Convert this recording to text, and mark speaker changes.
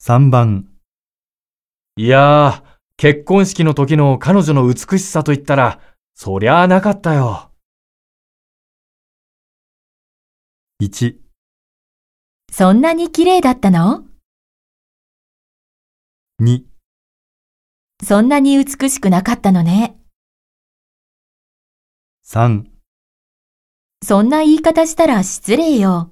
Speaker 1: 3番、
Speaker 2: いやー、結婚式の時の彼女の美しさと言ったら、そりゃあなかったよ。
Speaker 1: 1、
Speaker 3: そんなに綺麗だったの
Speaker 1: 2、
Speaker 3: そんなに美しくなかったのね。
Speaker 1: 3
Speaker 3: そんな言い方したら失礼よ。